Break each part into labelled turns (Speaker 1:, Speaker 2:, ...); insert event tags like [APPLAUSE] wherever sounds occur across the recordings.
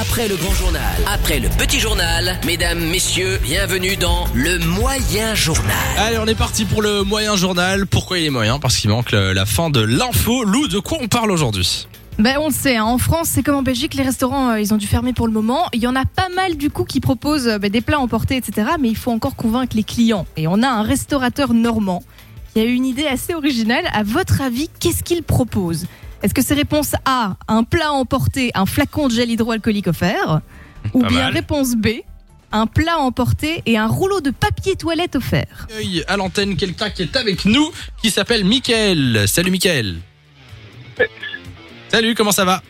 Speaker 1: Après le grand journal, après le petit journal, mesdames, messieurs, bienvenue dans le moyen journal.
Speaker 2: Allez, on est parti pour le moyen journal. Pourquoi il est moyen Parce qu'il manque euh, la fin de l'info. Lou, de quoi on parle aujourd'hui
Speaker 3: Ben, on le sait, hein, en France, c'est comme en Belgique, les restaurants, euh, ils ont dû fermer pour le moment. Il y en a pas mal du coup qui proposent euh, ben, des plats emportés, etc. Mais il faut encore convaincre les clients. Et on a un restaurateur normand qui a eu une idée assez originale. À votre avis, qu'est-ce qu'il propose Est-ce que c'est réponse A, un plat emporté, un flacon de gel hydroalcoolique offert Ou
Speaker 2: Pas
Speaker 3: bien
Speaker 2: mal.
Speaker 3: réponse B, un plat emporté et un rouleau de papier toilette offert
Speaker 2: Accueille À l'antenne, quelqu'un qui est avec nous, qui s'appelle Mickaël. Salut Mickaël. Salut, comment ça va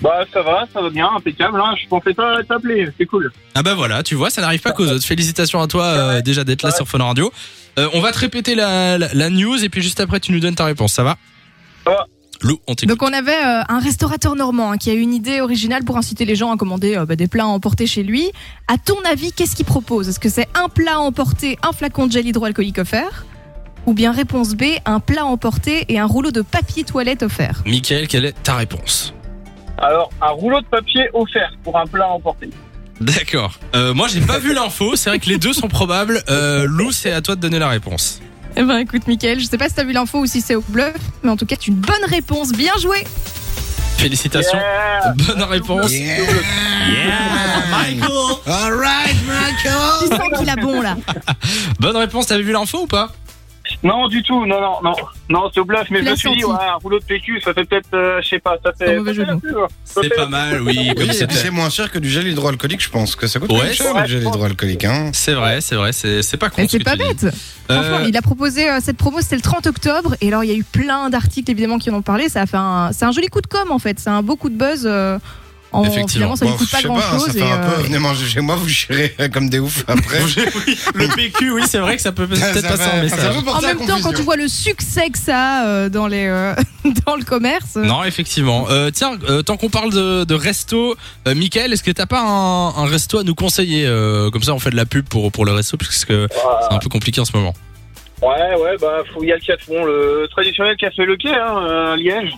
Speaker 4: Bah ça va, ça va bien, impeccable. Hein. Je pensais pas t'appeler, c'est cool.
Speaker 2: Ah bah voilà, tu vois, ça n'arrive pas qu'aux autres. Félicitations à toi euh, déjà d'être là
Speaker 4: Ouais.
Speaker 2: sur Fun Radio. Euh, on va te répéter la, la- la news et puis juste après tu nous donnes ta réponse, ça va
Speaker 4: Ça va.
Speaker 2: Lou, on t'écoute.
Speaker 3: Donc on avait euh, un restaurateur normand hein, qui a eu une idée originale pour inciter les gens à commander euh, bah, des plats à emporter chez lui. À ton avis, qu'est-ce qu'il propose Est-ce que c'est un plat à emporter, un flacon de gel hydroalcoolique offert Ou bien réponse B, un plat à emporter et un rouleau de papier toilette offert
Speaker 2: Mickaël, quelle est ta réponse
Speaker 4: Alors un rouleau de papier offert pour un plat emporté.
Speaker 2: D'accord. Euh, moi, j'ai pas vu l'info. C'est vrai que les deux sont probables. Euh, Lou, c'est à toi de donner la réponse.
Speaker 3: Eh ben écoute Mickaël, je sais pas si t'as vu l'info ou si c'est au bluff, mais en tout cas c'est une bonne réponse, bien joué
Speaker 2: Félicitations.
Speaker 4: Yeah.
Speaker 2: Bonne réponse.
Speaker 3: [LAUGHS]
Speaker 2: Michael.
Speaker 3: Tu sens qu'il a bon là
Speaker 2: Bonne réponse. T'avais vu l'info ou pas
Speaker 4: Non du tout, non non non, non c'est au bluff. Mais
Speaker 3: Tu
Speaker 4: je me
Speaker 3: l'as
Speaker 4: suis dit
Speaker 3: senti.
Speaker 4: ouais, un rouleau de PQ, ça fait peut-être, euh, je sais pas, ça
Speaker 3: C'est
Speaker 4: fait.
Speaker 3: un mauvais
Speaker 4: ça fait
Speaker 3: jeu de
Speaker 4: la
Speaker 3: mots.
Speaker 4: pub, hein. Ça
Speaker 2: C'est
Speaker 4: fait
Speaker 2: pas
Speaker 4: la-
Speaker 2: mal, oui.
Speaker 5: Oui,
Speaker 2: comme
Speaker 5: et puis
Speaker 2: c'était-
Speaker 5: c'est moins cher que du gel hydroalcoolique, je pense. Que ça coûte
Speaker 2: Ouais,
Speaker 5: plus cher,
Speaker 4: c'est-
Speaker 5: le gel hydroalcoolique. Hein.
Speaker 2: C'est vrai, c'est vrai. C'est c'est pas con.
Speaker 3: Eh,
Speaker 2: ce
Speaker 3: C'est
Speaker 2: que
Speaker 3: pas
Speaker 2: tu dis.
Speaker 3: bête Franchement,
Speaker 2: Euh,
Speaker 3: il a proposé euh, cette promo, c'était le 30 octobre, et alors il y a eu plein d'articles évidemment qui en ont parlé. Ça a fait un, c'est un joli coup de com en fait, c'est un beau coup de buzz. euh, en,
Speaker 2: Effectivement.
Speaker 3: Finalement, ça ne
Speaker 5: Bon,
Speaker 3: coûte
Speaker 5: je
Speaker 3: pas
Speaker 5: sais
Speaker 3: grand
Speaker 5: pas, hein, ça
Speaker 3: chose.
Speaker 5: fait
Speaker 3: et,
Speaker 5: un
Speaker 3: euh,
Speaker 5: peu. Venez manger chez moi, vous chérez [LAUGHS] comme des oufs après.
Speaker 2: le PQ, oui, c'est vrai que ça peut
Speaker 5: Ça
Speaker 2: peut-être passer
Speaker 5: va-
Speaker 2: en
Speaker 5: ça
Speaker 2: message.
Speaker 5: va porter
Speaker 3: en
Speaker 5: à
Speaker 3: même temps, quand tu
Speaker 5: confusion.
Speaker 3: vois le succès que ça a euh, dans, les, euh, [LAUGHS] dans le commerce. euh,
Speaker 2: Non, effectivement. Euh, tiens, euh, tant qu'on parle de, de resto, euh, Mickaël, est-ce que t'as pas un, un resto à nous conseiller Euh, Comme ça, on fait de la pub pour, pour le resto, parce que c'est un peu compliqué en ce moment.
Speaker 4: hein. Ouais ouais bah faut- il y a le café, bon, le traditionnel café le quai, hein, euh, à Liège.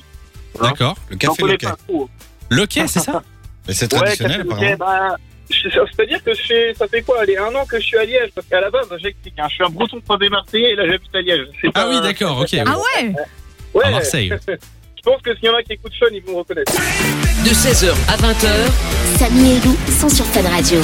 Speaker 4: Voilà.
Speaker 2: D'accord.
Speaker 5: Le
Speaker 4: J'en
Speaker 5: café
Speaker 4: connais
Speaker 5: local.
Speaker 4: pas trop.
Speaker 2: Le quai, Eh,
Speaker 4: [LAUGHS]
Speaker 2: c'est ça
Speaker 5: Mais c'est
Speaker 4: Ouais, café
Speaker 5: traditionnel,
Speaker 4: le quai,
Speaker 5: apparemment.
Speaker 4: bah. je- C'est-à-dire que je fais- ça fait quoi Allez, un an que je suis à Liège Parce qu'à la base, j'explique, hein, je suis un breton de marseillais et là j'habite à Liège. C'est
Speaker 2: Ah
Speaker 4: pas-
Speaker 2: oui, d'accord, ok.
Speaker 3: Ah ouais
Speaker 4: Ouais,
Speaker 2: À Marseille.
Speaker 4: Je pense que s'il y en a qui écoutent Sean, ils vont me reconnaître.
Speaker 1: De 16h à 20h,
Speaker 6: Samy et Lou sont sur Fun Radio.